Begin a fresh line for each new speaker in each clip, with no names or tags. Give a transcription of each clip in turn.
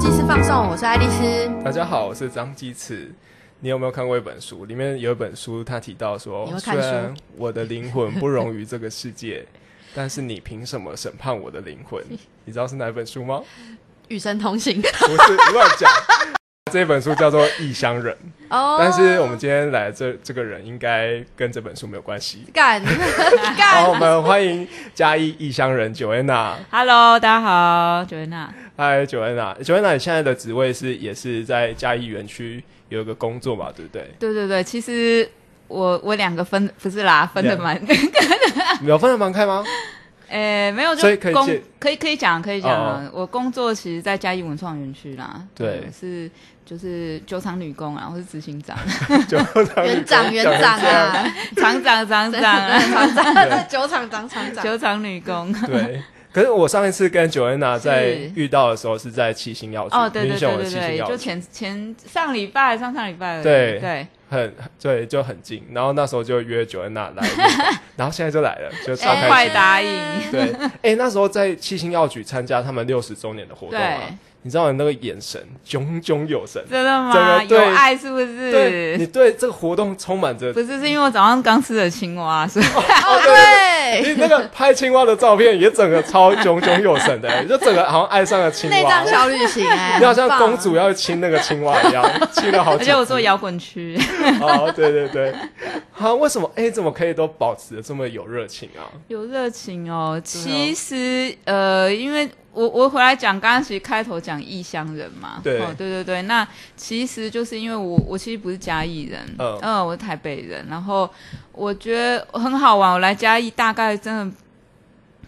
鸡翅放送，我是爱丽丝。
大家好，我是张鸡翅。你有没有看过一本书？里面有一本书，他提到说
你会，看
虽
书
然我的灵魂不容于这个世 界，但是你凭什么审判我的灵魂？你知道是哪本书吗？
与神同 行
不是乱讲。这本书叫做《异乡人》，
哦，
但是我们今天来这这个人应该跟这本书没有关系。
干
好，我
干，
们欢迎嘉义异乡人九安娜。
Hello，大家好，九月娜。
嗨，九安娜，九安娜，你现在的职位是也是在嘉义园区有一个工作嘛，对不 对？
对对对，其实我我两个分不是啦，分的蛮，
你有分得蛮开吗？
呃，没有就
所以可以
工
借
可以可以讲可以讲
哦
啊。我工作其实，在嘉义文创园区啦，
对
我是就是酒厂女工啊，我是执行长，
就
园长园长啊，
厂 长厂 长啊，
厂长，酒厂长厂长，
酒厂女工。
对。可是我上一次跟九安娜在
是
遇到的时候是在七星药局，
哦，对对
民雄
对
的
对
七星
对，
药
就
局，
前前上礼拜上上礼拜而已
对
对，
很对，就很近。然后那时候就约九安娜 来录，然后现在就来了，就超
哎
开
快
心。
答应
对，哎、那时候在七星药局参加他们六十周年的活动啊
对，
你知道你那个眼神炯炯有神，
真的
真
吗？
的对
有爱是不
对你
是？
对这个活动充满着
不是，是因为我早上刚吃了青蛙，所以
哦对，
你那个拍青蛙的照片也整个超炯炯有神的、就整个好像爱上了青
内
蛙
脏，小旅行 哎，
你好像
很棒
公主要亲那个青蛙一 样，亲了好
而
几。
且我做摇滚区，
哦，对对对，好，为什么？哎、怎么可以都保持的这么有热情啊？
有热情哦。其实、呃，因为我我回来讲，刚刚其实开头讲异乡人嘛，
对
哦、对对对。那其实就是因为我我其实不是嘉义人，
嗯
呃，我是台北人，然后我觉得很好玩。我来嘉义大概真的。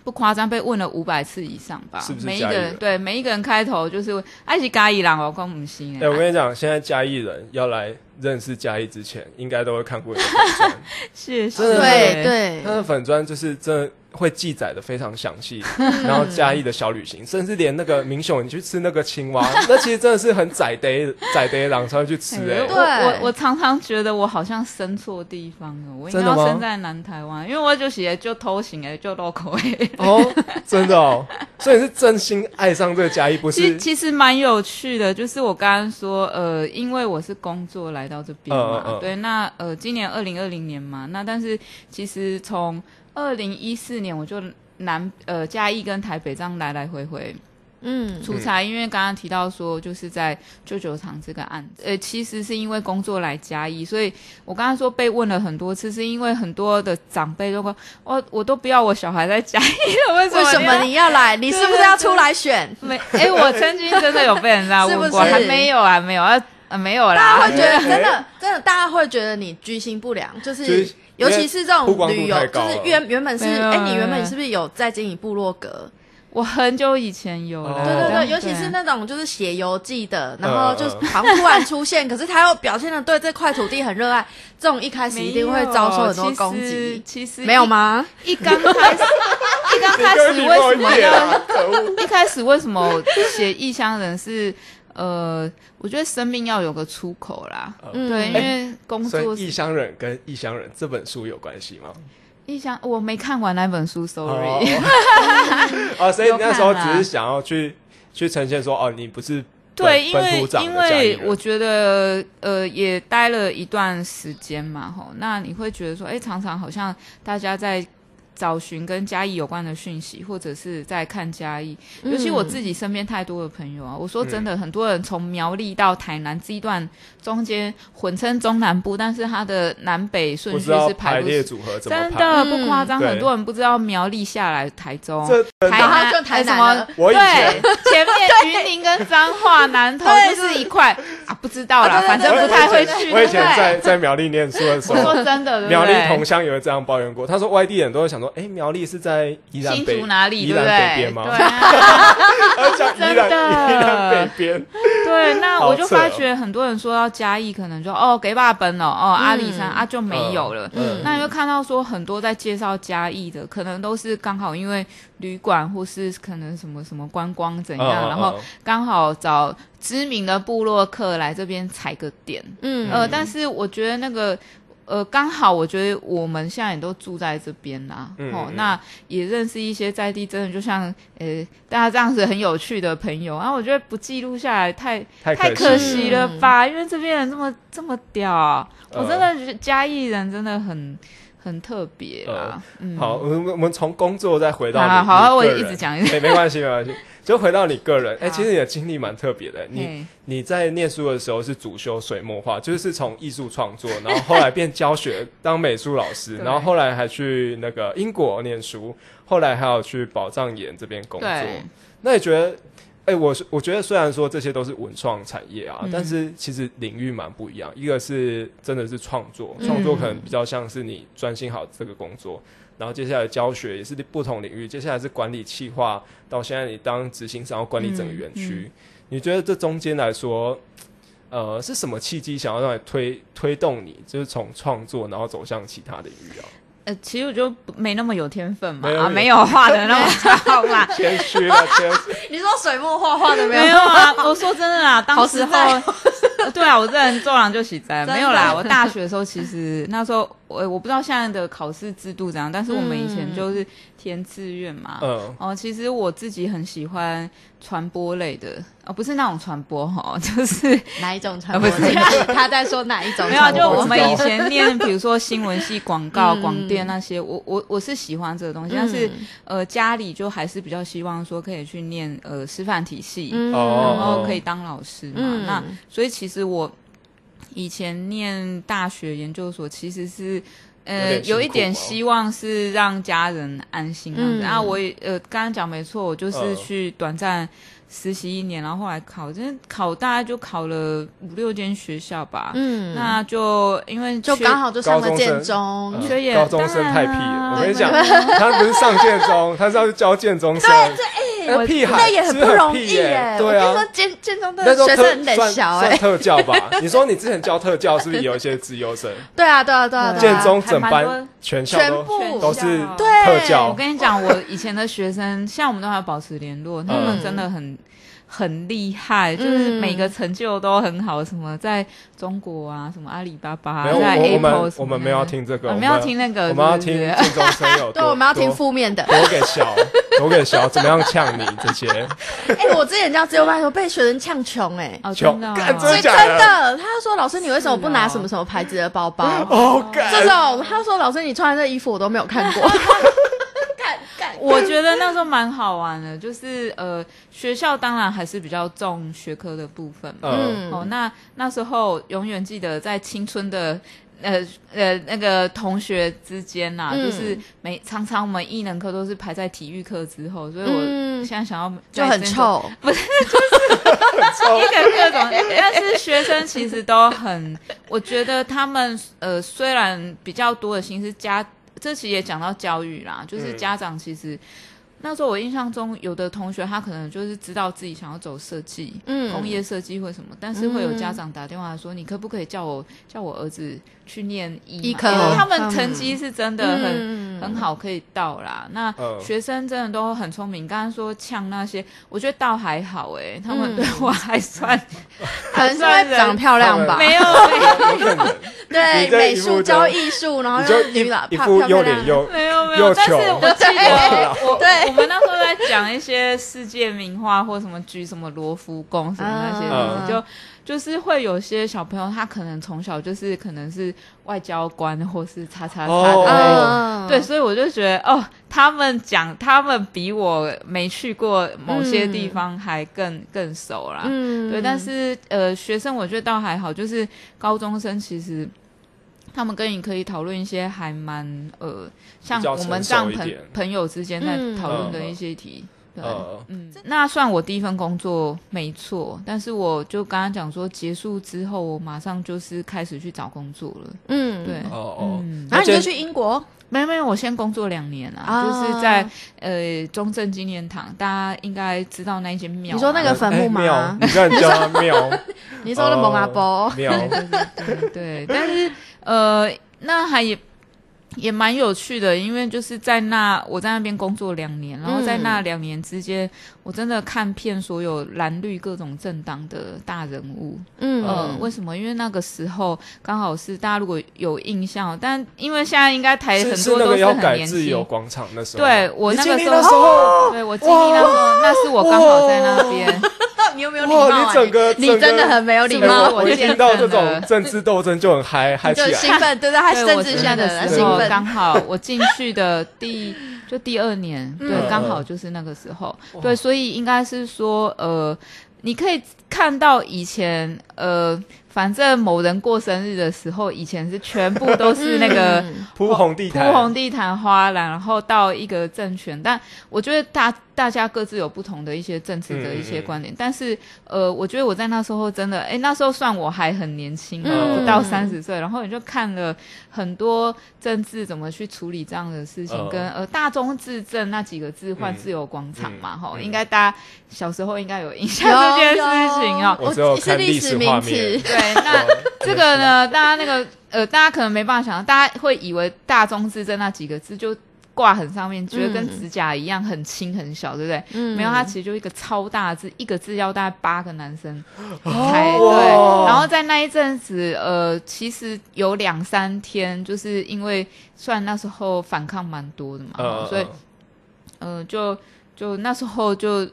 不夸张，被问了五百次以上吧。
是不是
每一
嘉
个
义人
人对每一个人开头就是爱是嘉义人哦，光母星
哎、我跟你讲，现在嘉义人要来认识嘉义之前，应该都会看过你的粉 专，
谢谢。
真的
对
他
对，
的粉专就是真的。会记载的非常详 细，然后嘉义的小旅行，甚至连那个明雄，你去吃那个青 蛙，那其实真的是很窄的窄的狼才会去吃哎、
我我我常常觉得我好像生错地方了，我应该
真的吗
要生在南台湾，因为我就是也就偷行哎，就 local 哎。
哦，真的哦，所以是真心爱上这个嘉义，不
其
是
实？其实蛮有趣的，就是我刚刚说，呃，因为我是工作来到这边嘛，
嗯嗯嗯
对，那呃，今年二零二零年嘛，那但是其实从二零一四年我就南呃嘉义跟台北这样来来回回，
嗯，
出差，因为刚刚提到说，就是在舅舅厂这个案子，呃，其实是因为工作来加一，所以我刚刚说被问了很多次，是因为很多的长辈都说，我我都不要我小孩在加一了， 为什
为
么？
什么你要来？你是不是要出来选？
没？哎、我曾经真的有被人这样问 过，
是不是
还没有啊，没有啊，呃没有
大家
啦
会。觉得真的真的，大家会觉得你居心不良，就
哎就是
是尤其是这种
因为曝光度
旅游
太，高
就
了
是原原本是
没有
哎，你原
没
本
有
是不是有在经营部落格？
我很久以前有了，
哦
对对
但
呃对，尤其是那种就是写游记的，然后
呃
就是好像突然出现，可是他又表现的对这块土地很热爱，这种一开始一定会遭受很多攻击，
其实其实
没有吗？
一？一刚开始， 一刚开始为什么要
啊？可恶！
一开始为什么写异乡人是，呃，我觉得生命要有个出口啦。
嗯，
对，因为工
哎所
作
以《异
是
乡人》跟《异乡人》这本书有关系吗
异乡，我没看完那本书
哦
，sorry。
哦， 所以你那时候
有
只
看啊
是想要去去呈现说，哦，你不是本
对，因
本土
为
长
因
的嘉义
为
人
我觉得呃也待了一段时间嘛，吼，那你会觉得说，哎，常常好像大家在找寻跟嘉义有关的讯息，或者是在看嘉义，
嗯
尤其我自己身边太多的朋友啊，我说真的，
嗯
很多人从苗栗到台南这一段中间混称中南部，但是它的南北顺
不
序
知道
是
排
排不
列
出。
组合怎么
真
排。
的
嗯
不夸张，
对
很多人不知道苗栗下来台中，
这真
台
然
的，
后
南
啊就台
哎什
南
么
了
我以前
对，前面云林跟彰化南投
对
就是一块啊，不知道啦，
啊对对
反正
对
不太会去，
我以
对不
前
对？
在 在苗栗念书的时
我
候，
说真的，对不对
苗栗同乡有人这样抱怨过，他说外地人都会想说，哎、苗栗是在宜兰
新
北
竹哪里，
宜
对不
兰北
对？
边吗？
对啊，
他讲宜兰
真的
宜兰北边，
对，那
好
我就
扯
发
哦
觉很多人说到嘉义，可能就哦给爸本哦，哦阿里山
嗯
啊就没有了。
嗯
那你就看到说很多在介绍嘉义的，可能都是刚好因为旅馆或是可能什么什么观光怎
嗯
样，然后刚好找知名的部落客来这边踩个点，
嗯
呃呃，但是我觉得那个呃，刚好我觉得我们现在也都住在这边啦，
嗯
哦
嗯，
那也认识一些在地，真的就像呃大家这样子很有趣的朋友啊，我觉得不记录下来太
太
太
可
可
惜
惜了吧，因为这边人这么这么屌啊、
呃
我真的觉得嘉义人真的很很特别啊。嗯，
呃好，我们我们从工作再回到
好
你
啦好啊
你
我
个
也一
人
直讲一直
哎没关系没关系，就回到你个 人。哎，
好
其实你的经历蛮特别的， 你
嘿
你在念书的时候是主修水墨画，就是从艺术创作，然后后来变教学当美术老师，
对
然后后来还去那个英国念书，后来还有去宝藏岩这边工作。
对，
那你觉得？哎、我是我觉得虽然说这些都是文创产业啊，
嗯
但是其实领域蛮不一样。一个是真的是创作，
嗯
创作可能比较像是你专心好这个工作，然后接下来教学也是不同领域，接下来是管理企划，到现在你当执行商要管理整个园
嗯
区，你觉得这中间来说，呃，是什么契机想要让你推推动你，就是从创作然后走向其他领域啊？
呃，其实我就没那么有天分嘛，
没有
啊，
有
没有画的 那么好啦。
谦虚了，谦虚。
你说水墨画画的没
没
有？
有啊，我说真的啦，当时 候
好实，哦
对啊，我这人做人就喜哉，
真的
没有啦。我大学的时候，其实那时候我我不知道现在的考试制度怎样，但是我们以
嗯
前就是填志愿嘛。
嗯，
哦，其实我自己很喜欢传播类的，哦，不是那种传播哈， 就是
哪一种传播类？ 他在说哪一种
没有啊，
传
就
播？
我们以前念，比如说新闻系、广告、
嗯
广电那些，我我我是喜欢这个东西，但是呃，家里就还是比较希望说可以去念呃师范体系，
嗯
然
哦
后可以当老师嘛。
嗯
那所以其实我以前念大学研究所其实是。呃，
有点辛苦
有一点
哦
希望是让家人安心这样子。
嗯
啊，我也呃，刚刚讲没错，我就是
嗯
去短暂实习一年，然后后来考，真的考大概就考了五六间学校吧。
嗯，
那就因为
就
缺
刚好就上了建
呃
中，
缺氧
高中生太屁
当然
了，
啊
我跟你讲， 他不是上建 中，他是要去教建中生，对，
我
哎屁孩
那也很不容
是很
易
屁耶
耶。
对
我跟你
啊
说，，建建中
那
的
时候
学
特
生很
算
胆小
算
哎。
特教吧？你说你之前教特教是不是有一些资优生？
对啊，对啊， 对啊，对啊
建中整
还蛮多
班全校
全
都
部
都是
啊
对
特
我
教，
跟你讲，我以前的学生，像我们都还保持联络，他
嗯
们真的很。很厉害，就是每个成就都很好，什么在中国啊，什么阿里巴巴、
没
啊，
有
在
我我
Apple
们
什么的
我们没有要，听这个，
我
啊
们要听那个，
我们要
是不
听
是
建中生有多，
对，我们要听
多
负面的。
多给 小，多给小，怎么样呛你这些？
哎、我之前教自由班的时候被学生呛穷哎、
哦，
求
真的哦，
干
所
真
以
的
真
假的
的，他就说老师你为什么不拿什么什么牌子的包包？
哦，干
这种他就说老师你穿的这衣服我都没有看 过，干干
我觉得那时候蛮好玩的，就是呃，学校当然还是比较重学科的部分嘛，
嗯，
哦，那那时候永远记得在青春的。呃呃，那个同学之间呐、
嗯
就是每常常我们艺能课都是排在体育课之后，所以我
嗯
现在想要
就很，臭，
嗯一个各种，但是学生其实都很，我觉得他们呃虽然比较多的心思家，这期也讲到教育啦，就是
嗯
家长其实、那时候我印象中有的同学他可能就是知道自己想要走设计，
嗯
工业设计或什么，但是会有家长打电话说：“你可不可以叫我叫我儿子去念医
医
嘛？”
科
因为他们
嗯
成绩是真的很、
嗯
很好，可以到啦。那
嗯
学生真的都很聪明，刚刚说呛那些，我觉得倒还好诶、他们
嗯
对我 还算、
可能是因为长漂亮吧？
没有没有
有可能
对，
你这
美
一副
术
就
教艺术，然后
你就
又女老
一一
漂
副
漂
又
亮
脸
亮。
又
没有没
又
有，但是
穷
我记 得我我
对
我们那时候在讲一些世界名画或什么举什么罗浮宫什么
啊
那些东西，
嗯
就就是会有些小朋友他可能从小就是可能是外交官或是叉叉叉
哦
之类的。
嗯
对，所以我就觉得哦，他们讲他们比我没去过某
嗯
些地方还更、更熟啦。
嗯
对，但是呃，学生我觉得倒还好，就是高中生其实他们跟你可以讨论一些还蛮呃，像
比较
我
成
们这样
熟一
朋
点
朋友之间在
嗯
讨论的
嗯
一些题。对，
呃，
嗯，那算我第一份工作没错，但是我就刚刚讲说，结束之后我马上就是开始去找工作了。
嗯
对，
哦哦
嗯
然后你
那
就
今
去英国，
没有没有，我先工作两年啊，
啊
就是在呃中正纪念堂，大家应该知道那一间庙啊。
你说那个坟墓吗
哎庙你叫你叫他 庙，
你说
哦
哦
的 蒙阿波，
庙，
对，但是呃，那还也也蛮有趣的，因为就是在那我在那边工作两年，然后
嗯
在那两年之间，我真的看遍所有蓝绿各种政党的大人物。
嗯
呃，为什么？因为那个时候刚好是大家如果有印象，但因为现在应该台
是
哎很
是
多
那
都
个
是
要
很
改
年
自由
轻。
广场那时候，
对我
你
那
经
个
历
时
那时
候，哦
候，
对我经历那时候，那是我刚好在那边。
到底有没有礼貌
哇，
啊
你整个
你
整
真的
个
很没有礼
哎
貌，
我
我
一
见
听到这
证了
种政治斗争就很嗨嗨
你
起
就
来，
兴奋，对对，他
对，
政
我
治
是
下
那
的
个
人
时
兴
候
奋，。
刚好我进去的第就第二年，对，刚好就是那个时候，对，所以应该是说，呃，你可以看到以前，呃，反正某人过生日的时候，以前是全部都是那个
嗯
铺红地
铺
毯，
哦红地毯花篮，然后到一个政权，但我觉得大大家各自有不同的一些政治的一些观点，
嗯
但是呃，我觉得我在那时候真的，哎，那时候算我还很年轻，
嗯
不到三十岁，然后你就看了很多政治怎么去处理这样的事情，
嗯
跟呃大中自政那几个字换
嗯
自由广场嘛，
嗯
哈、
嗯
应该大家小时候应该有印象这件事情哦。
我只有
是
看
历
历
史
史
名
画
词
面
对，那 这个呢，大家那个呃，大家可能没办法想到，大家会以为“大中至臻”那几个字就挂很上面，觉得跟指甲一样很轻很小，对不对？
嗯
没有，它其实就一个超大字，一个字要大概八个男生
哦
才、
嗯哇
对。然后在那一阵子，呃，其实有两三天，就是因为算那时候反抗蛮多的嘛，
呃，
所以呃，就就那时候就。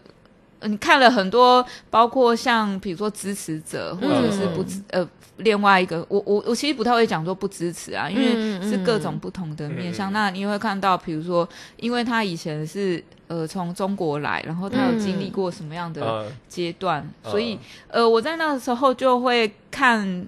呃你看了很多，包括像比如说支持者，或者
嗯
是不支、呃，另外一个，我我我其实不太会讲说不支持啊，因
嗯
为
嗯
是各种不同的面向。
嗯
那你会看到，比如说，因为他以前是呃从中国来，然后他有
嗯
经历过什么样的
呃，
阶段，
嗯
所以呃，我在那个时候就会看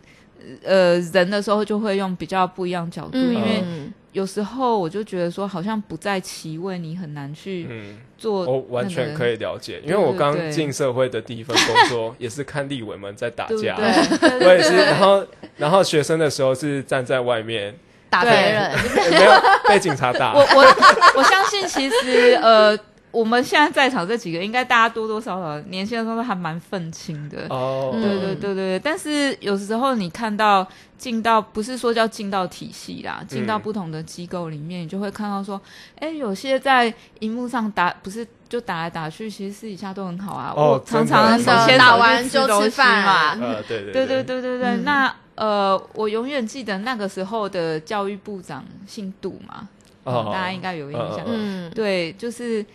呃人的时候，就会用比较不一样角度，因为
嗯，
有时候我就觉得说，好像不在其位，你很难去
嗯，
做、
我完全可
以。
以了解，因
对
为我
对
刚
对
进社会的第一份工 作也是看立委们在打
对
架
不，对，
我也是，然后然后学生的时候是站在外 面，
打别
对
人，
也没有被警察打
我，我我相信，其实呃，我们现在在场这几个，应该大家多多少少年轻的时候都还蛮愤青的。
哦，
嗯
对对对对对，但是有时候你看到进到不是说叫进到体系啦，进
嗯
到不同的机构里面，你就会看到说，哎，有些在荧幕上打不是就打来打去，其实私底下都很好啊。
哦
我常
真
常
的
手
真
牵
的
手
打
完
去吃
就吃
东西
饭
嘛，
呃，对对
对
对
对对对对，
嗯
那呃，我永远记得那个时候的教育部长姓杜嘛，
哦，
大家应该有印象。
嗯
嗯，
对，就是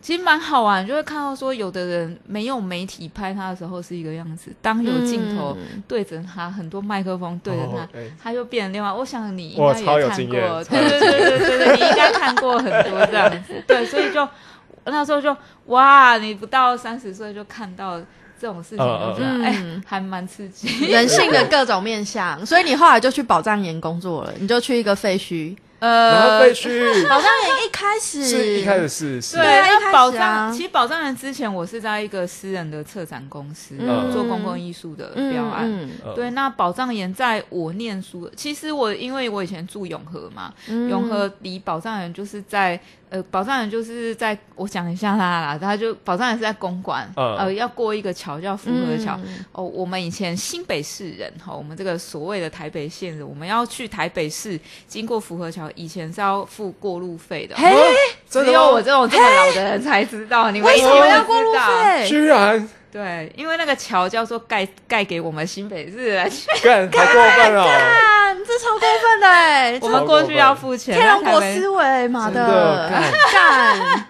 其实蛮好玩，就会看到说，有的人没有媒体拍他的时候是一个样子，当有镜头
嗯
对着他，很多麦克风对着他
哦，哎
他就变另外，我想你应
哇
该
超有
也看
经
过，
验
对
超有
对对对对对，你应该看过很多这样子，对，所以就那时候就哇，你不到三十岁就看到这种事情，
嗯
我觉得
嗯
哎
嗯，
还蛮刺激。
人性的各种面相，所以你后来就去宝藏岩工作了，你就去一个废墟。
然后
呃，
被去
宝藏岩一开始
是一开始是是哦
对，
对啊一开
那宝
始啊
藏其实宝藏人之前我是在一个私人的策展公司、
嗯
做公共艺术的
嗯
标案。
嗯
呃
对，那宝藏岩在我念书，其实我因为我以前住永和嘛，
嗯
永和离宝藏岩就是在呃，宝藏岩就是在我讲一下啦啦，他就宝藏岩是在公馆，
嗯
呃，要过一个桥叫福和桥，
嗯
哦，我们以前新北市人哈，我们这个所谓的台北县人，我们要去台北市，经过福和桥，以前是要付过路费的。哦
嘿，
真
只
的
有
吗
我这种这么老的人才知道，你
为什么
一定
要
不知
过路
道？
费？
居然
对，因为那个桥叫做盖盖给我们新北市 人，
干好过分哦！
啊，这超过分的哎！
我们过去要付钱，
天龙
那
国
台北
思维，妈
真 的
干，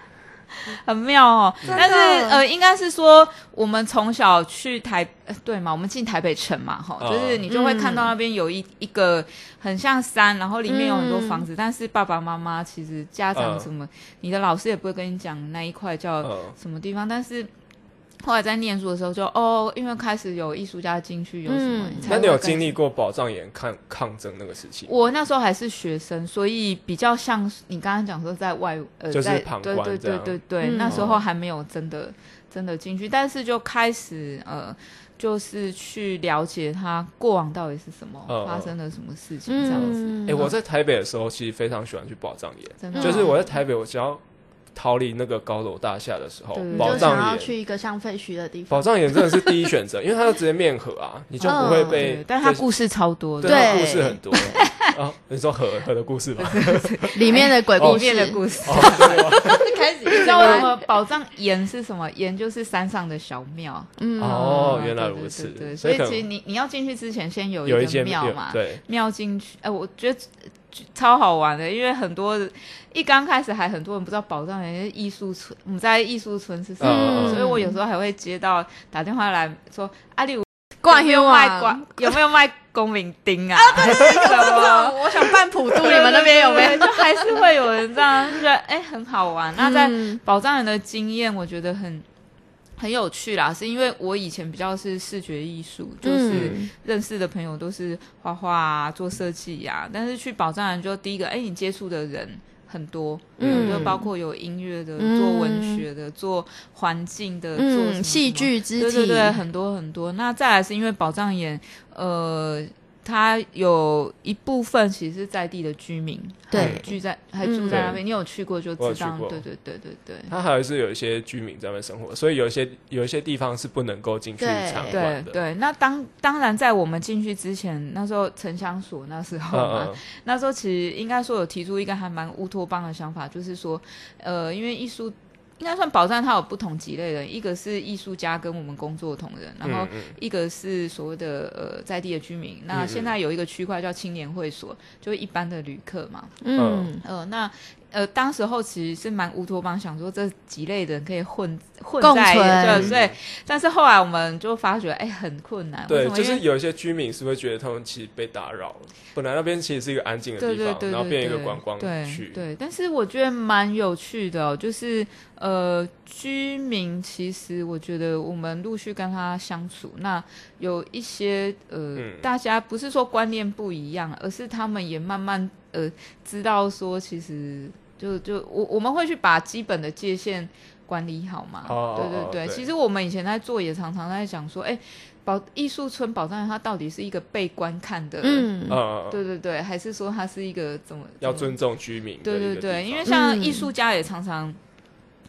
很妙哦。
真的
但是呃，应该是说我们从小去台，呃对嘛，我们进台北城嘛，哈，
嗯
就是你就会看到那边有一、一个很像山，然后里面有很多
嗯
房子，但是爸爸妈妈其实家长
嗯
什么，你的老师也不会跟你讲那一块叫
嗯
什么地方，但是。后来在念书的时候就，哦，因为开始有艺术家进去，有什么？
嗯
才
那
会
你有
跟
经历过宝藏岩抗抗争那个时期？
我那时候还是学生，所以比较像是你刚刚讲说在外呃，
就是
在
旁观
对对
这
对
样
对对，
嗯
那时候还没有真的真的进去，但是就开始呃，就是去了解他过往到底是什么、
嗯嗯
发生了什么事情这样子。
嗯，
哎，我在台北的时候其实非常喜欢去宝藏岩，
真的
就是我在台北，我只要逃离那个高楼大厦的时候
对对，对
你
宝
就想
藏
要
岩
去一个像废墟的地方。
宝藏岩真的是第一选择，因为它就直接面河啊，你就不会
嗯
被这。
但他故事超多
对
的，
它
对
故事很多啊。你说河河的故事吧？
里面的鬼故事，
里面的故事。
哦，真的吗？
开始，你
你知道为什么宝藏岩是什么？岩就是山上的小庙。
嗯，
哦
啊，
原来
对对
如此
对对。
所
所
以
以
可能
其实你你要进去之前，先有
有一
个
间
庙
有
嘛，
对，
庙进去，哎，我觉得呃超好玩的，因为很多一刚开始还很多人不知道宝藏园是艺术村，我们在艺术村是什么，
嗯
所以我有时候还会接到打电话来说，阿里有
挂
没有
休
卖
啊
瓜，，有没有卖公民丁啊？啊，对对对，
我想办普 渡，你们那边有没有？
对？对对就还是会有人这样，就觉得哎很好玩。那在
嗯
宝藏人的经验，我觉得很很有趣啦，是因为我以前比较是视觉艺术，就是
嗯
认识的朋友都是画画啊、做设计呀，但是去宝藏人就第一个，哎，你接触的人。很多，
嗯
就包括有音乐的、
嗯
做文学的、做环境的、做什么
嗯，戏剧之
对
体，
对对，很多很多。那再来是因为宝藏岩，呃，它有一部分其实是在地的居民，
对
还居在还住在那边。你有去过就
我有
知
去
道
过，
对对对对对。
它还是有一些居民在那边生活，所以有一些有一些地方是不能够进去
对
参
对
观哎的。
对，那当当然，在我们进去之前，那时候 城乡所那时候嘛，
嗯
那时候其实应该说有提出一个还蛮乌托邦的想法，就是说，呃，因为艺术应该算宝藏，它有不同几类人，一个是艺术家跟我们工作同仁，然后
嗯嗯嗯
一个是所谓的呃在地的居民，那现在有一个区块叫青年会所，就一般的旅客嘛。
嗯，
呃，那呃当时候其实是蛮乌托邦，想说这几类人可以混混
共
在一
存
起，对对。但是后来我们就发觉，哎，很困难，为
嗯对
什，么？
就
因
是
为
有一些居民是会觉得他们其实被打扰了，本来那边其实是一个安静的
对
地
对
方，
对
然后
对
变一个
对
观光区
对。对，但是我觉得蛮有趣的、哦，就是呃，居民其实我觉得我们陆续跟他相处，那有一些呃，
嗯
大家不是说观念不一样，而是他们也慢慢呃知道说，其实就就我我们会去把基本的界限管理好嘛。
哦
对
哦哦
对
对
其实我们以前在做，也常常在讲说，哎、宝艺术村宝藏园它到底是一个被观看的，
嗯，
嗯，
对对对，还是说它是一个怎么
要
怎么
尊重居民的
对
一个
对
地方。
对，因为像
嗯
艺术家也常常。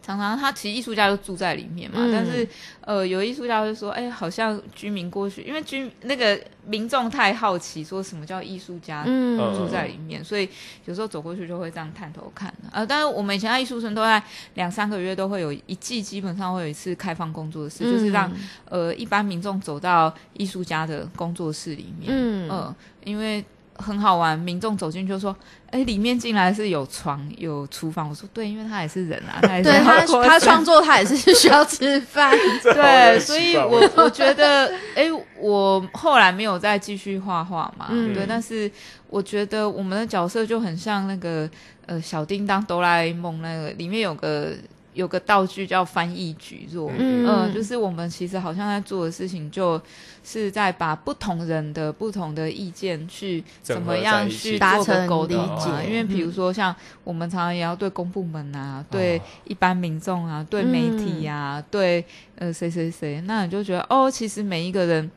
常常他其实艺术家就住在里面嘛，
嗯
但是呃，有艺术家就说，哎、好像居民过去，因为居那个民众太好奇，说什么叫艺术家
嗯，
住在里面，所以有时候走过去就会这样探头看。呃，但是我们以前在艺术村都在两三个月都会有一季，基本上会有一次开放工作室，
嗯
就是让呃一般民众走到艺术家的工作室里面。
嗯
嗯，因为很好玩，民众走进去就说：“哎、里面进来是有床有厨房。”我说：“对，因为他也是人 啊，他也是
对他
要过
他
生
创作他也是需要吃饭，
对，
人
所
奇
以
怪
我我觉得，哎、我后来没有再继续画画嘛，
嗯
对，但是我觉得我们的角色就很像那个呃小叮当哆啦 A 梦那个里面有个有个道具叫翻译局座，
嗯
嗯，就是我们其实好像在做的事情，就是在把不同人的不同的意见去怎么样去
达
做
成
个沟通
理
啊。
解
因为比如
嗯
说，像我们常常也要对公部门
哦
啊，对一般民众啊，对媒体啊，对呃谁谁谁，那你就觉得哦，其实每一个人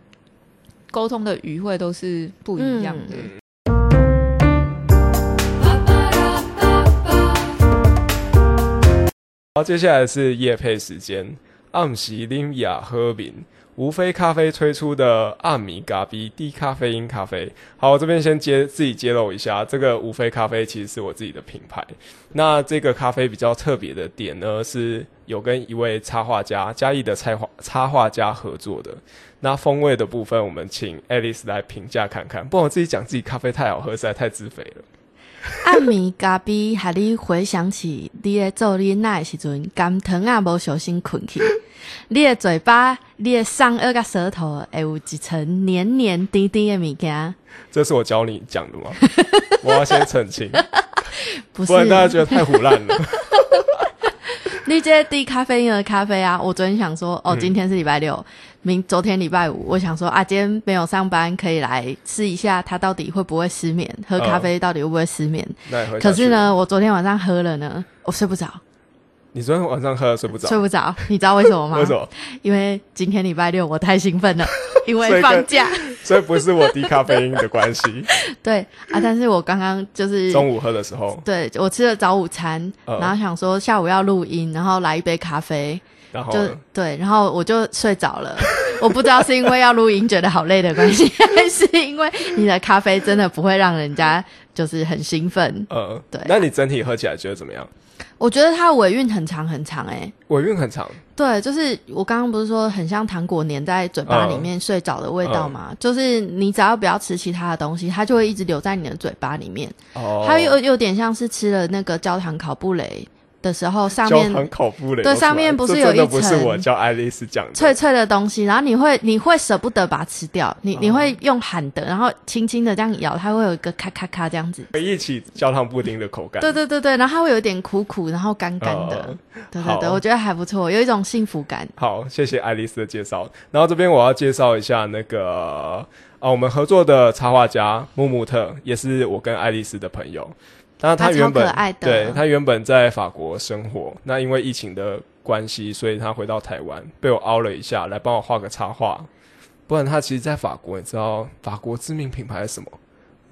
沟通的语汇都是不一样的。
嗯好，接下来是夜配时间。暗喜林雅喝饼，无非咖啡推出的暗米咖啡低咖啡因咖啡。好，我这边先揭自己揭露一下，这个无非咖啡其实是我自己的品牌。那这个咖啡比较特别的点呢，是有跟一位插画家嘉义的插画插画家合作的。那风味的部分，我们请 Alice 来评价看看。不然我自己讲自己咖啡太好喝，实在太自肥了。
暗暝咖啡，害你回想起你咧做你奶的时阵，甘糖啊无小心困去， 你的嘴巴、你的上颚甲舌头会有一层黏黏滴滴的物件，
这是我教你讲的吗？我要先澄清，
不是
不？然大家觉得太胡乱了。
你这低咖啡因的咖啡啊，我昨天想说，
嗯
哦，今天是礼拜六，明昨天礼拜五，我想说啊，今天没有上班，可以来试一下它到底会不会失眠，喝咖啡到底会不会失眠？
那你喝下去
可是，呢，我昨天晚上喝了呢，我睡不着。
你昨天晚上喝了睡不着，
睡不着，你知道为什么吗？
为什么？
因为今天礼拜六我太兴 奋了，因
所
为
以跟
放 假。
所以不是我低咖啡因的关系。
对啊，但是我刚刚就是
中午喝的时候，
对我吃了早午餐，
嗯
然后想说下午要录音，然后来一杯咖啡，
然后
就
呢
对，然后我就睡着 了。我不知道是因为要录音觉得好累的关系， 还是因为你的咖啡真的不会让人家就是很兴奋。
呃，
对
那你整体喝起来觉得怎么样？
我觉得它的尾韵很长很长哎、
尾韵很长，
对，就是我刚刚不是说很像糖果粘在嘴巴
嗯
里面睡着的味道嘛？就是你只要不要吃其他的东西，它就会一直留在你的嘴巴里面。
哦，
它有有点像是吃了那个焦糖烤布雷的时候，上
焦
面
糖口布雷，
对
我出来
上面不是
这
有
真的
一
不是
层
我叫爱丽丝讲的，
脆脆的东西，然后你会你会舍不得把它吃掉，
哦
你你会用喊的，然后轻轻的这样咬，它会有一个咔咔咔这样子。
回忆起焦糖布丁的口感。
对对对对，然后它会有一点苦苦，然后干干的
哦。
对对对，
好
我觉得还不错，有一种幸福感。
好，谢谢爱丽丝的介绍。然后这边我要介绍一下那个啊，我们合作的插画家木木特，也是我跟爱丽丝的朋友。那
他
他
超
原本
可爱的
对他原本在法国生活，那因为疫情的关系，所以他回到台湾，被我凹了一下，来帮我画个插画。不然他其实，在法国，你知道法国知名品牌是什么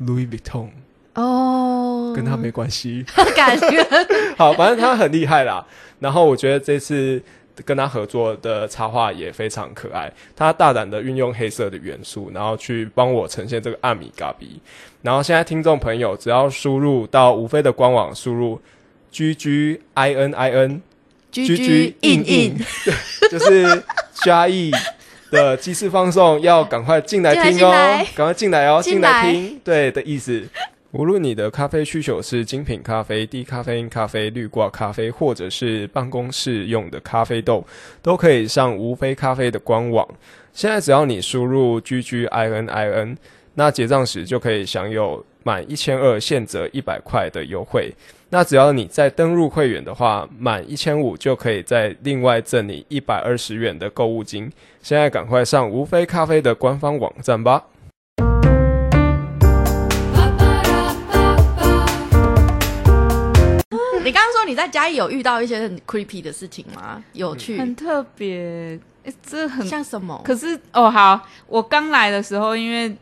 ？Louis Vuitton，
哦，
跟 他没关系。
感觉
好，反正他很厉害啦。然后我觉得这次跟他合作的插画也非常可爱，他大胆的运用黑色的元素，然后去帮我呈现这个阿米嘎比。然后现在听众朋友只要输入到无非的官网，输入 G G I N I N
居居硬硬。，
对 就是嘉义。的鸡翅放送要赶快进来听
进
哦
来进来，
赶快进来哦，
进
进
来
来听，对的意思。无论你的咖啡需求是精品咖啡、低咖啡因咖啡、绿挂咖啡，或者是办公室用的咖啡豆，都可以上无非咖啡的官网。现在只要你输入 G G I N I N，那结账时就可以享有满一千二现折一百块的优惠。那只要你再登入会员的话，满一千五就可以再另外赠你一百二十元的购物金。现在赶快上无非咖啡的官方网站吧。
你刚刚说你在家里有遇到一些很 creepy 的事情吗？有趣，
很特别，诶这很
像什么？
可是哦，好，我刚来的时候，因为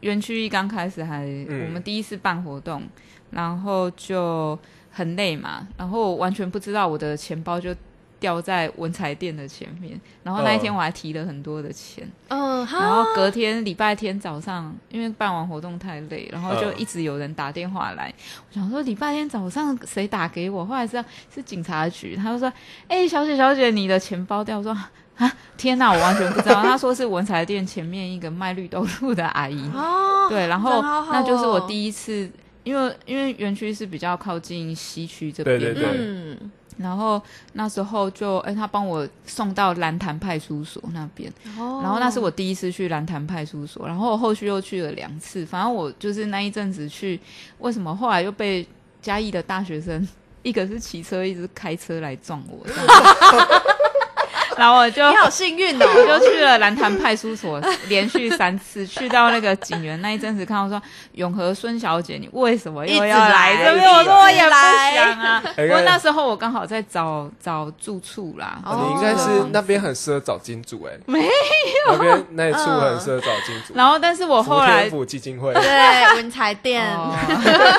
园区一刚开始还、
嗯
我们第一次办活动，然后就很累嘛，然后我完全不知道我的钱包就掉在文材店的前面，然后那一天
哦
我还提了很多的钱，
嗯，
然
哈，
后隔天礼拜天早上，因为办完活动太累，然后就
嗯
一直有人打电话来。我想说礼拜天早上谁打给我？后来知道是警察局，他就说：“哎、小姐小姐，你的钱包掉。”我说：“啊，天哪，我完全不知道。”他说是文材店前面一个卖绿豆露的阿姨。
哦，
对，然后
人好好
那就是我
哦
第一次，因为因为园区是比较靠近西区这
对
边，
对对
嗯，
然后那时候就哎、他帮我送到蓝潭派出所那边。然
然
后那是我第一次去蓝潭派出所，然后我后续又去了两次。反正我就是那一阵子去，为什么后来又被嘉义的大学生， 一个是骑车，一直开车来撞我， 这样子然后我就
你好幸运哦，
我就去了蓝潭派 出所，连续三次去到那个警员那一阵子，看到说永和孙小姐，你为什么又要
一直来
这边？我说我也不
一直来
想啊，
哎
不过那时候我刚好在找找住处啦，
哦
你应该是
哦
那边很适合找金主哎、
没嗯
有那边那一处很适合找金主。
然后但是我后
福
来
天。府基金会，
对文才店，
哦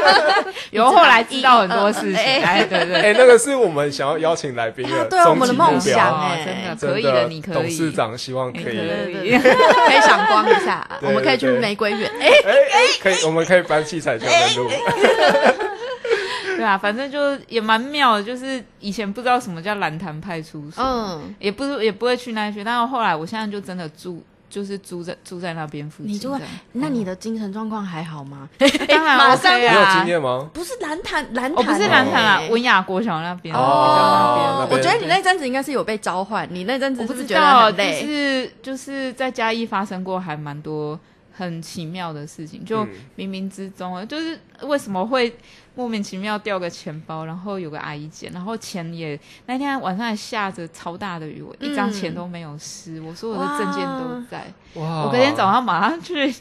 有后来知道很多事情，
哎
哎，对对
哎、那个是我们想要邀请来宾
哎
的
呀对啊我们的
终极
梦
目标
想哎
哦真的
真
可以的，你可
董事
以，哎
长希望
你
可
可
以，
对对。
以
可以赏光一下，
对
我们可以
对
去
对
玫瑰园，哎，
哎哎、可以，我们可以搬器材去那边录。
对啊，反正就也蛮妙的，就是以前不知道什么叫蓝潭派出所，
嗯，
也不是也不会去那里去，但是后来我现在就真的住，就是住在住在那边附近。
你就会
这样
那你的精神状况还好吗？
当然
马
OK
上
你有经
啊，
验吗？
不是蓝潭，蓝
我
潭，
不是蓝潭啊
哎，
文雅国小那边，比较那
哦
哦那，
边。
我
边
觉得你那阵子应该是有被召唤，你那阵子
我
是
不
是
知
觉得
道，
很
就
累？
是就是在嘉义发生过还蛮多很奇妙的事情，就
嗯
冥冥之中啊，就是为什么会莫名其妙掉个钱包，然后有个阿姨捡，然后钱也那天晚上还下着超大的雨，我一张钱都没有湿，我所有的证件都在。
哇
我隔天早上马上去，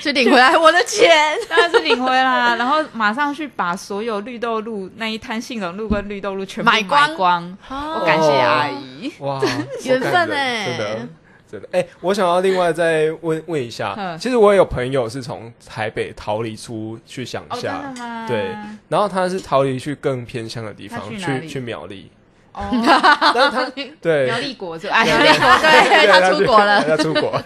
去领回来我的钱。
当然是领回啦，然后马上去把所有绿豆露那一摊杏仁露跟绿豆露全部
买
买
光
光
哦
我感谢阿姨。
哇，
缘分
好感人
欸
真的真的。哎、我想要另外再问问一下，
嗯
其实我也有朋友是从台北逃离出去乡
哦，真
下，
的吗？
对然后他是逃离去更偏乡的地
啊他
方，
去哪
去
里
去苗栗，
哦，
但是他对
苗栗国 是吧哎，
苗
苗
栗
栗
国对，他出国了，
他出国。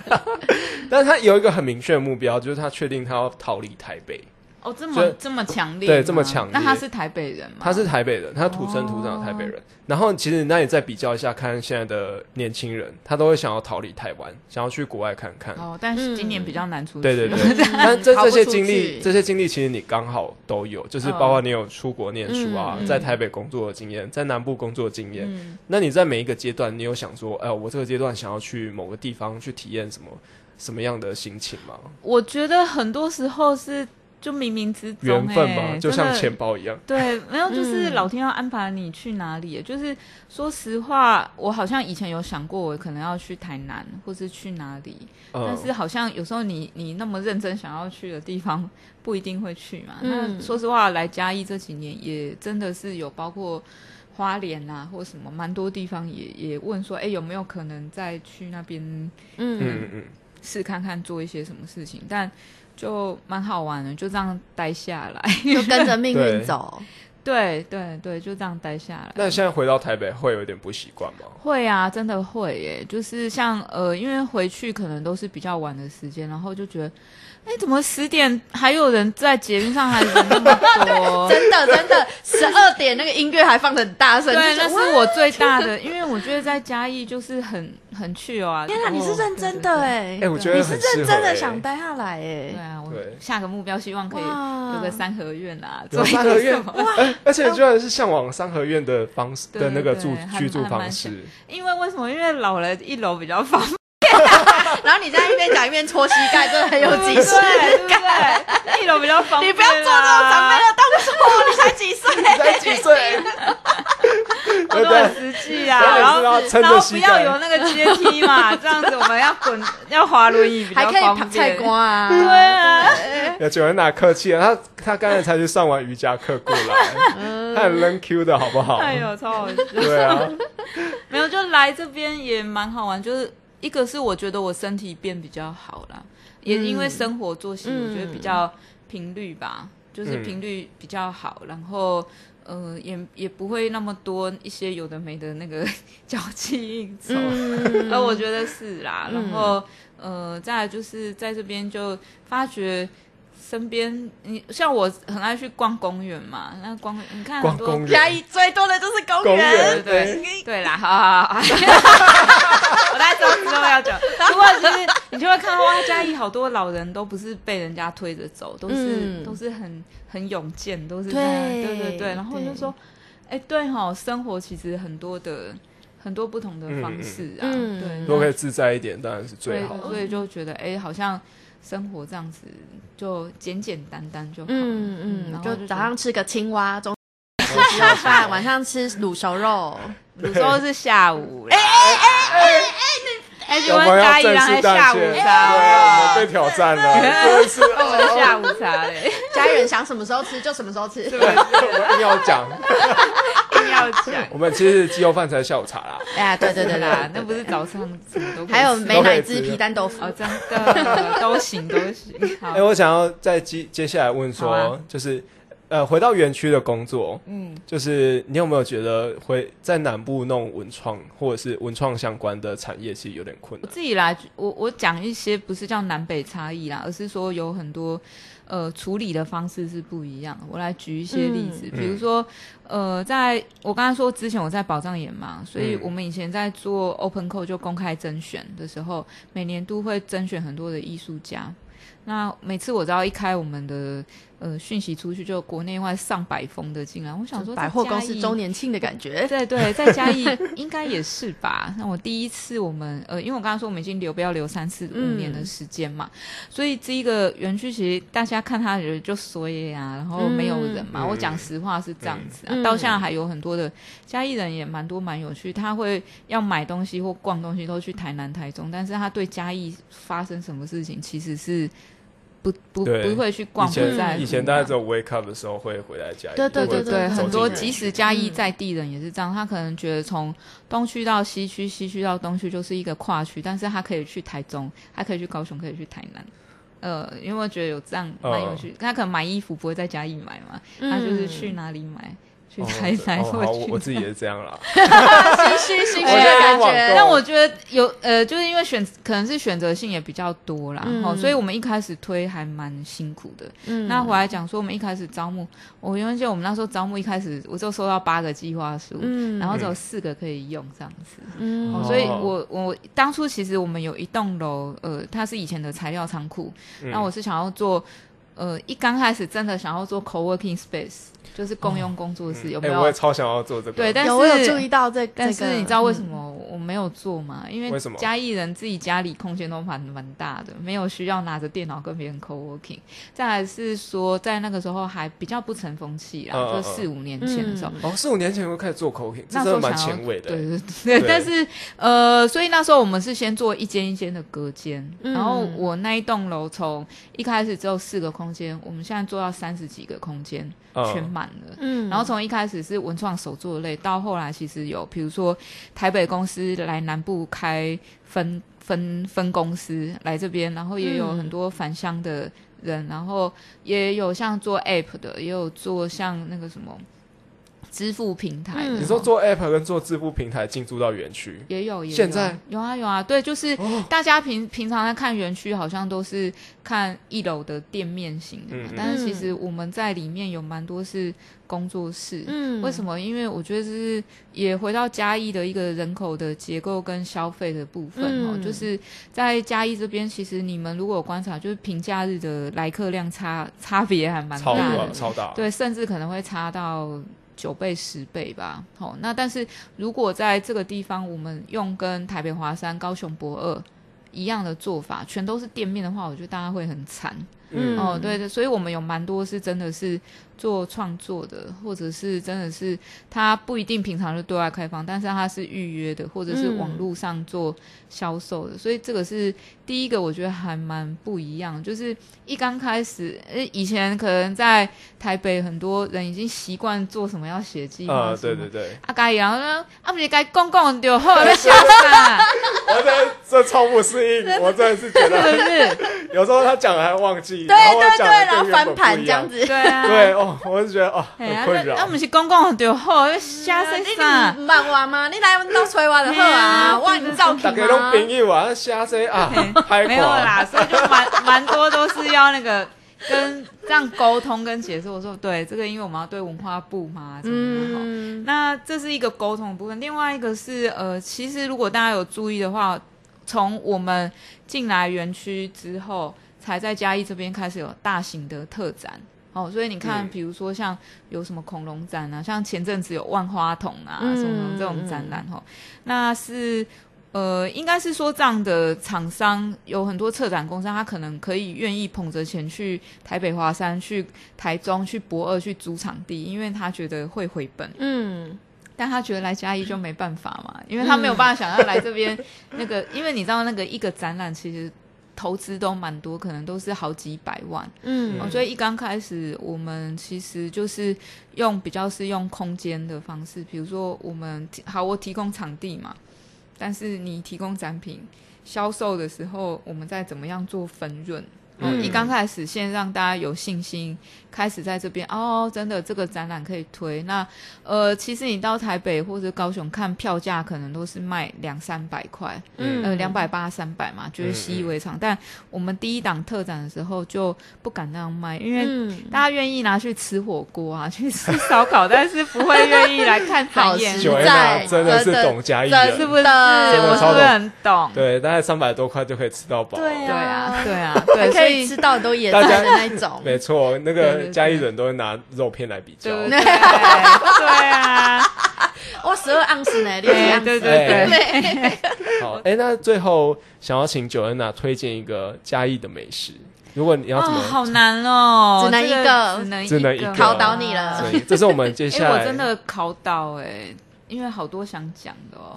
但是他有一个很明确的目标，就是他确定他要逃离台北。
哦，这
所
么
以
这么强烈吗，
对这么强烈
那他是台北人吗？
他是台北人，他土生土长的台北人。
哦
然后其实那你再比较一下，看现在的年轻人，他都会想要逃离台湾，想要去国外看看。
哦，但是今年比较难出去。
对 对对，
嗯
但这
逃不
这些
出
经历，
去
这些经历其实你刚好都有，就是包括你有出国念书啊，
哦嗯
在台北工作的经验，在南部工作的经验。
嗯
那你在每一个阶段，你有想说，哎、我这个阶段想要去某个地方去体验什么什么样的心情吗？
我觉得很多时候是就冥冥之中、欸、
缘分嘛，就像
真的
钱包一样。
对，没有，就是
嗯
老天要安排你去哪里。就是说实话，我好像以前有想过，我可能要去台南，或是去哪里。但
嗯，
是好像有时候你你那么认真想要去的地方，不一定会去嘛。
嗯
那说实话，来嘉义这几年也真的是有包括花莲啦、或什么，蛮多地方也也问说，哎、有没有可能再去那边
嗯，
嗯嗯
试看看做一些什么事情？但就蛮好玩的，就这样待下来。
就跟着命运走。
对对对，就这样待下来。
那现在回到台北会有点不习惯吗？
会啊，真的会耶，就是像呃，因为回去可能都是比较晚的时间，然后就觉得，哎，怎么十点还有人在捷运上还人那么 多？
真的真的，十二点那个音乐还放的很大声，
对，
就觉
那
得哇
是我最大的，因为我觉得在嘉义就是很很去哦啊。
天哪，你是认真
哦
的哎
哎、，我觉得
你是
很适合
认真的
欸
想待下来
对
哎，
啊，我
对
下个目标希望可以
哇
有个三合院啊，
有
做一
三合
个
院
什么
哎而且居然是向往三合院的方式
对
的那个
啊对
住
还
居住
还
方
蛮
式，
因为为什么？因为老了一楼比较方便。
然后你在一边讲一边搓膝盖，真的很有
对
技
不
术
对对啊不
感。
对？一楼比较方
你
便啦。
不要做这种长辈的动作，你才几岁？
你才几岁？
我
对
都很
对，
实际啊，
所以你
然
是
后
要撑着
然后
膝
不
盖
要有那个阶梯 嘛，这样子我们要滚要滑轮椅比
还
较
可以
方
捧菜
便。
瓜啊，
对啊，
有九人哪客气了？他他刚才才去上完瑜伽课过 来，他很冷 Q 的好不好？
嗯哎呦，超好笑。
对啊，
没有，就来这边也蛮好玩，就是一个是我觉得我身体变比较好啦，也因为生活作息
嗯
我觉得比较频率吧，就是频率比较好，然后。呃，也也不会那么多一些有的没的那个 交际应酬，
嗯
呃，我觉得是啦。
嗯
然后，呃，再来就是在这边就发觉身边，你像我很爱去逛公园嘛，那逛你看
逛
很多
公
嘉
园
义最多的就是公
公园
园
对，对对
嗯
对啦，好好好，我大概知道之后要讲。不过就是你就会看到哇，嘉义好多老人都不是被人家推着走，都是、
嗯
都是很很勇健，都是
对
这样对对对。然后我
对
就说，哎，对哈、生活其实很多的很多不同的
嗯
方
嗯
式啊，
嗯
对，
如果可以自在一点，当然是最
对
好。
所以就觉得哎，好像生活这样子就简简单单就好了。
嗯嗯，
然后
就
就
早
觉得
上吃个青蛙，中
我喜欢
午饭，晚上吃卤熟肉，
有时候是下午啦。哎哎哎哎哎，请
我
问
们要
嘉义
正
人还
式
下
道
午
歉，对啊，我
茶
们
哦，
被挑战了，真的是
我们下午茶嘞，
家人想什么时候吃就什么时候吃。
我硬要讲。
一定要讲。
我们其实是鸡肉饭才是下午茶啦，
哎，对对对
真的
对
啦
对，，
那不是早上什么都可以
还有
吃
美乃滋皮蛋豆腐
哦，，真的都行都行。好
哎、，我想要再接接下来问说，
好啊
就是呃，回到园区的工作，
嗯，
就是你有没有觉得会在南部弄文创或者是文创相关的产业，其实有点困
我
难？
自己来，我我讲一些不是叫南北差异啦，而是说有很多呃处理的方式是不一样的。我来举一些例子，
嗯
比如说呃，在我刚刚说之前我在宝藏岩嘛，所以
嗯
我们以前在做 Open Call 就公开甄选的时候，每年都会甄选很多的艺术家。那每次我只要一开我们的呃讯息出去，就国内外上百封的进来。我想说，
百货公
在
司
嘉义
周年庆的感觉，
对对，在嘉 义应该也是吧。那我第一次我们呃，因为我刚刚说我们已经留标留三次五
嗯
年的时间嘛，所以这一个园区其实大家看它的人就衰啊，然后没有人嘛。
嗯
我讲实话是这样子啊，
嗯
到现在还有很多的嘉义人也蛮多蛮有趣，他会要买东西或逛东西都去台南、台中，但是他对嘉义发生什么事情其实是。不不
对
不会去逛，
以
不
嗯
在
前以前大家
乎啊
只有 wake up 的时候会回来家里，
对对
不会
对
对，
走
很
进
多
来
即使嘉义
嗯
在地人也是这样，他可能觉得从东区到西区，西区到东区就是一个跨区，但是他可以去台中，他可以去高雄，可以去台南。呃，因为我觉得有这样
哦
蛮有趣，他可能买衣服不会在嘉义买嘛，
嗯
他啊就是去哪里买，去
哦
台南
哦
或
好，我我
去。
自己也是这样啦。
虚虚
我在
感
网购
觉，
但我觉得有呃，就是因为选可能是选择性也比较多啦，
嗯
哦，所以我们一开始推还蛮辛苦的。
嗯
那回来讲说，我们一开始招募，我永远记得我们那时候招募一开始，我就收到八个计划书，
嗯
然后只有四个可以用这样子。
嗯
哦、所以我我当初其实我们有一栋楼，呃，它是以前的材料仓库，
嗯
那、我是想要做，呃，一刚开始真的想要做 co-working space，就是共用工作室，有没
哎
有？
我也超想要做这个。
对，但是
有我有注意到这，
但
这
是
个嗯
你知道为什？么我没有做吗？因
为
为
什么
嘉义人自己家里空间都蛮蛮大的，没有需要拿着电脑跟别人 co-working。再来是说，在那个时候还比较不成风气啦，
嗯嗯嗯
就四五年前的时候。
嗯
哦，四五年前就开始做 cooking，这真
那时候
的蛮
想要
前卫的。欸
对对对，
对
但是呃，所以那时候我们是先做一间一间的隔间，
嗯
然后我那一栋楼从一开始只有四个空间，我们现在做到三十几个空间，全
嗯，
满了。
嗯
然后从一开始是文创手作类，到后来其实有，比如说台北公司来南部开分分分公司来这边，然后也有
嗯
很多返乡的人，然后也有像做 app 的，也有做像那个什么支付平台的
嗯
你说做 app 跟做支付平台进驻到园区，哦
也有，也有
现在
有啊有啊，对，就是大家平平常在看园区，好像都是看一楼的店面型的嘛
嗯嗯，
但是其实我们在里面有蛮多是工作室，
嗯
为什么？因为我觉得这是也回到嘉义的一个人口的结构跟消费的部分哦，
嗯
就是在嘉义这边，其实你们如果有观察，就是平假日的来客量差差别还蛮
超啊
大
大
的，
超大。
对，甚至可能会差到九倍、十倍吧。好、那但是如果在这个地方，我们用跟台北华山、高雄博二一样的做法，全都是店面的话，我觉得大家会很惨。
嗯
哦，对对，所以我们有蛮多是真的是做创作的，或者是真的是他不一定平常就对外开放，但是他是预约的，或者是
嗯
网络上做销售的，所以这个是第一个，我觉得还蛮不一样。就是一刚开始，呃，以前可能在台北很多人已经习惯做什么要写计划
呃，
书
对
嘛，
对对，
啊，该然后呢，啊不是该公共就好，要写啥？
我这这超不适应，我真的是觉
是
得
不是？
有时候他讲的还忘记，
对
然后我
对对，
讲的
然后
跟原
翻
本
盘
不一
这样
样。
子，
对啊，
对哦，我就觉得哦，
嘿啊。
很困
啊，
扰
啊，。不是公共就好，要写啥？
嗯啊你啊漫画吗？你来到催我就好啊，我你照
大
片
家都
吗？
朋友啊，瞎说啊，拍垮。
没有啦，所以就蛮蛮多都是要那个跟这样沟通跟解释。我说对，这个因为我们要对文化部嘛，怎么样、嗯、
嗯，
那这是一个沟通的部分，另外一个是呃，其实如果大家有注意的话，从我们进来园区之后，才在嘉义这边开始有大型的特展。哦，所以你看，
嗯
比如说像有什么恐龙展啊，像前阵子有万花筒啊，
嗯
什么这种展览哦，那是呃，应该是说这样的厂商有很多策展公司，他可能可以愿意捧着钱去台北华山、去台中、去博二去租场地，因为他觉得会回本。
嗯，
但他觉得来嘉义就没办法嘛，因为他没有办法想要来这边那个，因为你知道那个一个展览其实投资都蛮多，可能都是好几百万，
嗯
哦所以一刚开始我们其实就是用比较是用空间的方式，比如说我们提好我提供场地嘛，但是你提供展品销售的时候，我们再怎么样做分润。哦
嗯
一刚开始先让大家有信心，开始在这边哦，真的这个展览可以推。那呃，其实你到台北或者高雄看票价，可能都是卖两三百块，
嗯
呃，两百八、三百嘛，就是习以为常。但我们第一档特展的时候就不敢那样卖，因为
嗯，
大家愿意拿去吃火锅啊， 去吃烧烤，但是不会愿意来看展演，
好
是
实
九 N
在
啊，真的是
真的
懂嘉义
真
人，
不
真
是？
的
我是
超
不
懂
是很懂？
对，大概三百多块就可以吃到饱。
对
对啊，
啊
对啊，对，
还可以可以吃到都野菜的那一种。
没错，那
对对
个
对
嘉义人都会拿肉片来比较
对。不对？对啊，
我哦十二盎司呢，六盎
对
司。
对
哎
对对，
好，哎、那最后想要请九恩娜推荐一个嘉义的美食，如果你要怎
哦，
么，
好难哦，
只能
这
一个
只能
只能一个
考倒你了
所以这是我们接
哎、
下
啊 我
来
真的考倒哎、因为好多想讲的哦。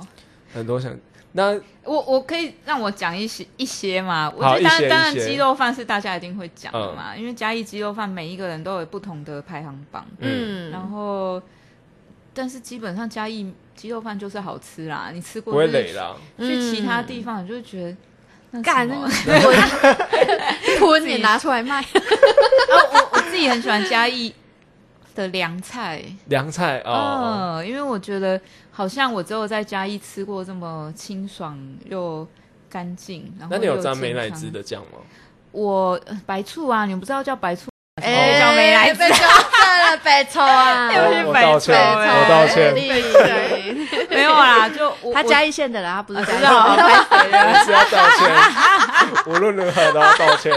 很多想那
我我可以让我讲一些一些嘛，我
好
觉得当
一些
然当
一
然
些嗯
鸡肉饭是大家一定会讲的嘛，因为嘉义鸡肉饭每一个人都有不同的排行榜，
嗯，
然后但是基本上嘉义鸡肉饭就是好吃啦，你吃
不
过
会
就是
累啦，
去其他地方，你就会觉得那
嗯干
什
那
么
个吞 吞也拿出来 卖，
啊，我我自己很喜欢嘉义的凉菜，
凉菜哦，
嗯，因为我觉得好像我只有在嘉义吃过这么清爽又干净，然后
那你
又
有沾
健
美乃
康
滋？的酱吗？
我呃白醋啊，你们不知道叫白醋，
哎，
叫美来
被纠正了，被抽啊，
又是
哦我
白
道
醋
歉，
哎
我道歉，
对，哦
没有啦，就 我
他
我
嘉义县的啦，他不是
啊
嘉义
知道
县
啊拍谁
我
了？
哎是要道歉，无论如何都要道 歉。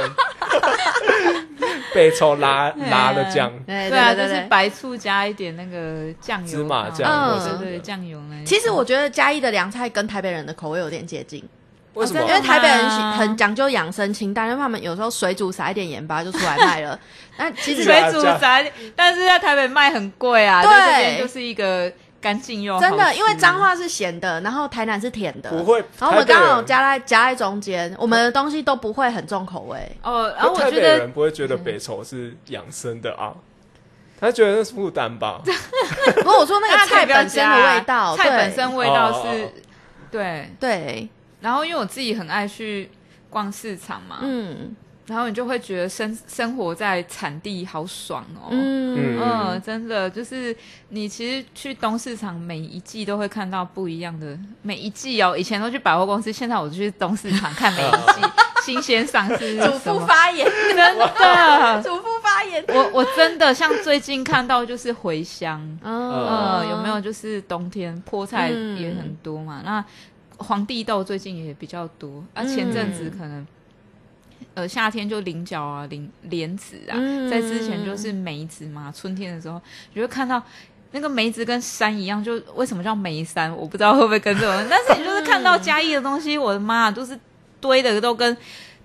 被抽拉拉的酱，
的，
对啊，
对
就
对
是
对。
白醋加一点那个酱油，
芝麻酱
嗯
或者什么
对对，
的
酱油呢。
其实我觉得嘉义的凉菜跟台北人的口味有点接近，
为什么
哦
因
真
为
的
台北人喜
吗
很讲究养生清淡，因为他们有时候水煮撒一点盐巴就出来卖了。那其实
是啊
水煮炸一点， 但是在台北卖很贵啊，
对
在这边就是一个干净又好
真的，
吃
因为彰化是咸的，然后台南是甜的，
哦不会
然后我们
台北
刚
人
好夹在夹在中间，我们的东西都不会很重口 味。
哦，然
然
后
后
我
台
觉
北
得嗯
人不会觉得北丑是养生的啊，他觉得那是负担吧？
不过我说那
大
个
家可
菜
以不要
本身的
加啊
味道，
菜
对
本身味道
哦
是
哦，
对。
对，
然后因为我自己很爱去逛市场嘛，
啊
嗯
然后你就会觉得生生活在产地好爽哦。嗯
嗯，
嗯
真的就是你其实去东市场每一季都会看到不一样的，每一季哦，以前都去百货公司，现在我就去东市场看每一 季新鲜上市是
主
什
妇
么，
发 言，
真的，
主妇发言，
我我真的像最近看到就是茴香，
呃
哦
呃，有没有就是冬天菠菜
嗯
也很多嘛？那皇帝豆最近也比较多，
嗯
啊，前阵子可能、呃夏天就菱角啊、菱莲子啊，
嗯
在之前就是梅子嘛，春天的时候你就会看到。那个梅子跟山一样，就为什么叫梅山？我不知道会不会跟 这种，但是你就是看到嘉义的东西，我的妈，就是堆的都跟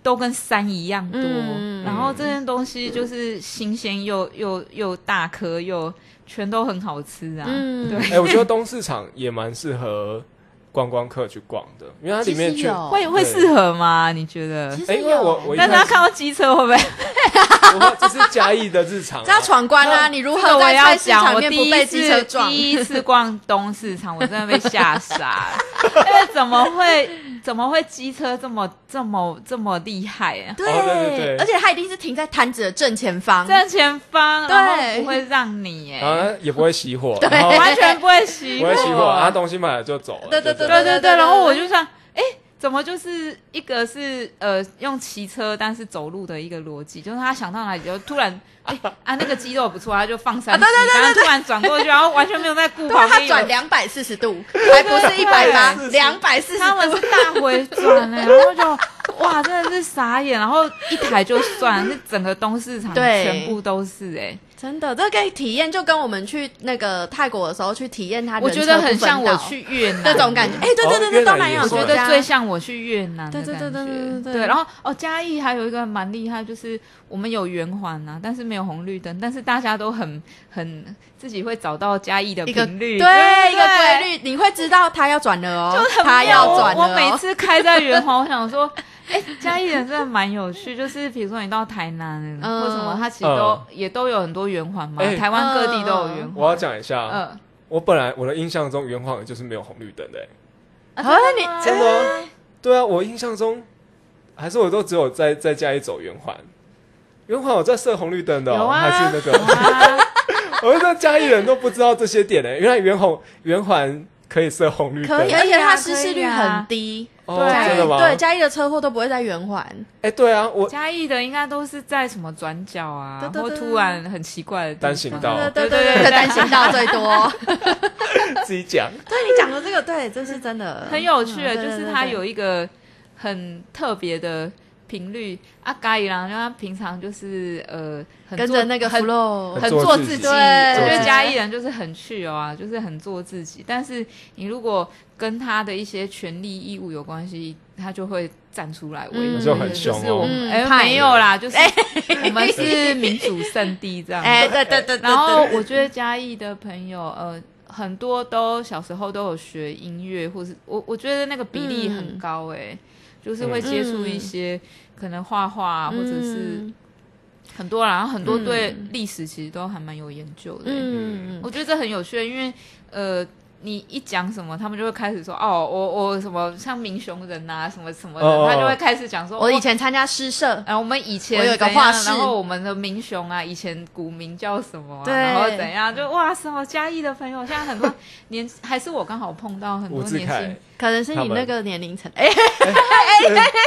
都跟山一样多。
嗯
然后这件东西就是新鲜又又又大颗又全都很好吃啊。
嗯
对，
哎、我觉得东市场也蛮适合观光客去逛的，因为它里面
其
去
实，有，
会会适合吗？你觉得？
其
哎
实
因为我我
有
一，
但是他
开始
看到机车会 不会？
啊
不会这是嘉义的日常、
这要
啊。
闯关啊！你如
这个
何
我
在
要
菜市
讲，
场
我
里面
第
不
一
被机车
次
撞？
第一次逛东市场，我真的被吓傻了。 因为怎么会怎么会机车这么这么这么厉害啊？
对
哦对对对
而且它一定是停在摊子的正前方。
正前方，
对
然后不会让你耶，
啊，也不会熄火，然后
完全不会熄
不
火，
会啊熄火，他东西买了就走了。
对对
就这
对
样
对对，然后我就想，哎，怎么就是一个是呃用骑车但是走路的一个逻辑，就是他想到哪里就突然，哎啊那个肌肉不错，他就放三
啊对对对
然后突然转过去，然后完全没有在顾
对，
旁
它
边
转
有。
两百四十度，还不是一百八，两百四十
他们
度。
是大回转呢，然后就哇，真的是傻眼，然后一台就算，是整个东市场
对
全部都是哎、
真的，这可以体验，就跟我们去那个泰国的时候去体验它人
我
车不
觉
分道，
得很像我去越南
那种感觉。哎，对对对对，
哦越南
东南亚国
也是
我
家，
觉得最像我去越南的
对
感
对
觉。
对对对对对
然后哦，嘉义还有一个蛮厉害，就是我们有圆环呐、但是没有红绿灯，但是大家都很很自己会找到嘉义的
一个
频率，
对一个规
律。
律，你会知道它要转了哦，它
没有
要转了
我
哦。
我每次开在圆环，我想 说，哎，嘉义人真的蛮有趣。就是比如说你到台南
嗯
或什么，它其实都也都有很多圆环嘛
哎，
台湾各地都有圆环。
我要讲一下，
嗯，
我本来我的印象中圆环就是没有红绿灯的、欸
嗯
啊，你
哎
真的哦、对啊，我印象中还是我都只有在在家里走圆环。圆环有在设红绿灯的、
有
哦，
啊
还是那个，
啊
我就说嘉义人都不知道这些点呢、欸原来圆红圆环可以设红绿灯，
可以，而啊且它失
可以
事率
啊
很低。
哦，
对
嘉
真
义
的吗？
对
哎、
嘉义的车祸都不会在圆环，
对啊，我
嘉义的应该都是在什么转角啊
对，对
或
对
突然很奇怪的地方
单行道哦
对对对对，单行道最多。
自己讲，
对你讲的这个，对，这是真的，
很有趣
嗯
的，就是它有一个很特别的频率啊，咖喱郎，因为他平常就是呃，很
跟
做
着那个
很
flow，
很
做
做
自
自
己
己，
对
我觉
做自
得嘉
己
义人就是很去哦啊，就是很做自己。但是你如果跟他的一些权利义务有关系，他就会站出来维护。
嗯就很
就
凶
是
哦
我们
嗯
哎、
派
没有 啦，就是我们是民主圣地这样。
哎，对对 嗯对，对
然后我觉得嘉义的朋友，呃，很多都小时候都有学音乐，或是我我觉得那个比例很
嗯
高哎、就是会接触一些、可能画画或者是
嗯
很多啦，然后很多对
嗯
历史其实都还蛮有研究的、欸
嗯，
我觉得这很有趣，因为呃，你一讲什么，他们就会开始说哦，我我什么像民雄人啊，什么什么的，
哦哦哦
他就会开始讲说，
我以
哦。
前参加诗 社，
哎然后我们以前
我有一个
怎样
画室
然后我们的民雄啊，以前古名叫什么、啊，
对
然后怎样，就哇，什么嘉义的朋友，现在很多 年，还是我刚好碰到 很多
吴志
年
凯
轻，，
可能是
他
你
们
那个年龄层，哎，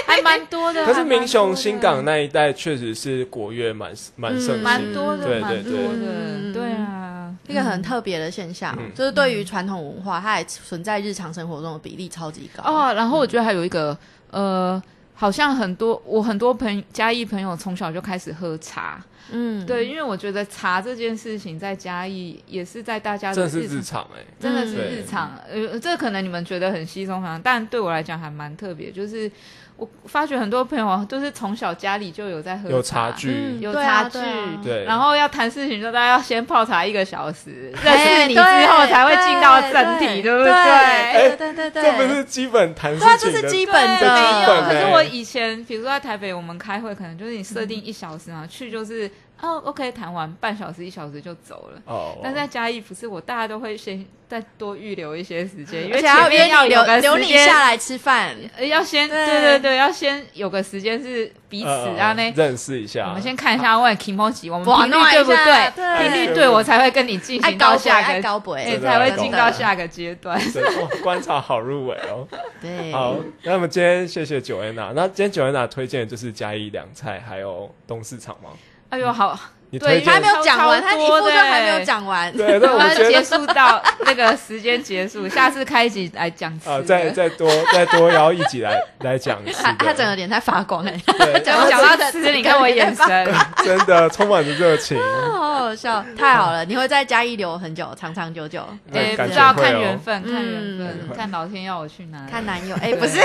还蛮多的。
可是
啊还蛮多
民雄、
的
新港那一带确实是国乐蛮蛮盛
嗯
蛮
行
多的，
对
蛮
对
多
对，
的，
嗯
对啊，
一个很特别的现象
嗯，
就是对于传统文化，它也存在日常生活中的比例超级高。
哦，然后我觉得还有一个，呃，好像很多我很多朋嘉义朋友从小就开始喝茶，
嗯，
对，因为我觉得茶这件事情在嘉义也是在大家
真的
的
是
日
日
常。
常哎、
真的是
对
日常，呃，这可能你们觉得很稀松平常，但对我来讲还蛮特别。就是我发觉很多朋友都是从小家里就有在喝
有
茶
差距，
嗯
有
对啊
差距，
对啊
对
然后要谈事情，就大家要先泡茶一个小时，认
哎
识你之后才会进到正题，对不对？
对对对对，
这不是基本谈事
对啊，这
情的，
是基
对
本的。
没有。可
对
是我以前，比如说在台北，我们开会可能就是你设定一小时嘛，去就是哦，OK，谈完半小时一小时就走了。
哦，
但在嘉义不是我，大家都会先再多预留一些时间，因
而
为
且还要
前
约
面要
你
有
留
个
留
时
你
间
下来吃饭，
呃要先
对
对对对，要先有个时间是彼此
呃
啊那。
认识一下，
我们先看一下问 k i m o j i 我们
哇
频率
弄一下
对不
对
对？频率对我才会跟你进
爱
行
高
到
博，
下
爱
个，
高博，
对，
真的
才会
爱高
进
博
到下个阶段。
真的哇哦观察好入围哦。
对，
好，那我们今天谢谢九安娜。那今天九安娜推荐的就是嘉义凉菜，还有东市场吗？
哎呦，好，
你
对
推
他还
荐
没有讲完，
超
他一
多
副就
的
还没有讲完。
对，哎那
我
我
们
们觉
结
得
束到那个时间结束，下次开集来讲 吃
啊，
的。
再再多再多邀一起来 来讲吃
他
的，
他整个脸在发光哎，
对
就讲到吃，你看我眼神。
真的充满着 热情，
好好笑，太好了！你会在嘉义留很久，长长久久。
对
哎，
感
不
觉
知道
会
看
哦
缘分，看
嗯
缘
感觉会
分，看老天要我去哪里，
看男 友，哎，不是，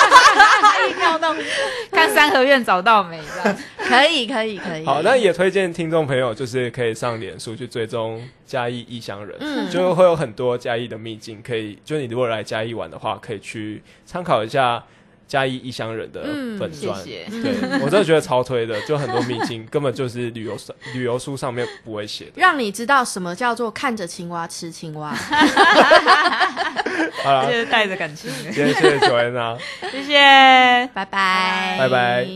哎
看到看三合院找到没这样。
可以，可以，可以。
好，那也推荐听众朋友，就是可以上脸书去追踪嘉义异乡人，
嗯
就会有很多嘉义的秘境，可以就你如果来嘉义玩的话，可以去参考一下嘉义异乡人的
嗯
粉
谢
砖。
谢。
对我真的觉得超推的，就很多秘境根本就是旅游上旅游书上面不会写的。
让你知道什么叫做看着青蛙吃青蛙。
好 啦
就，是带着感情的。
今天谢谢九恩啊。
谢谢。
拜拜，
拜拜。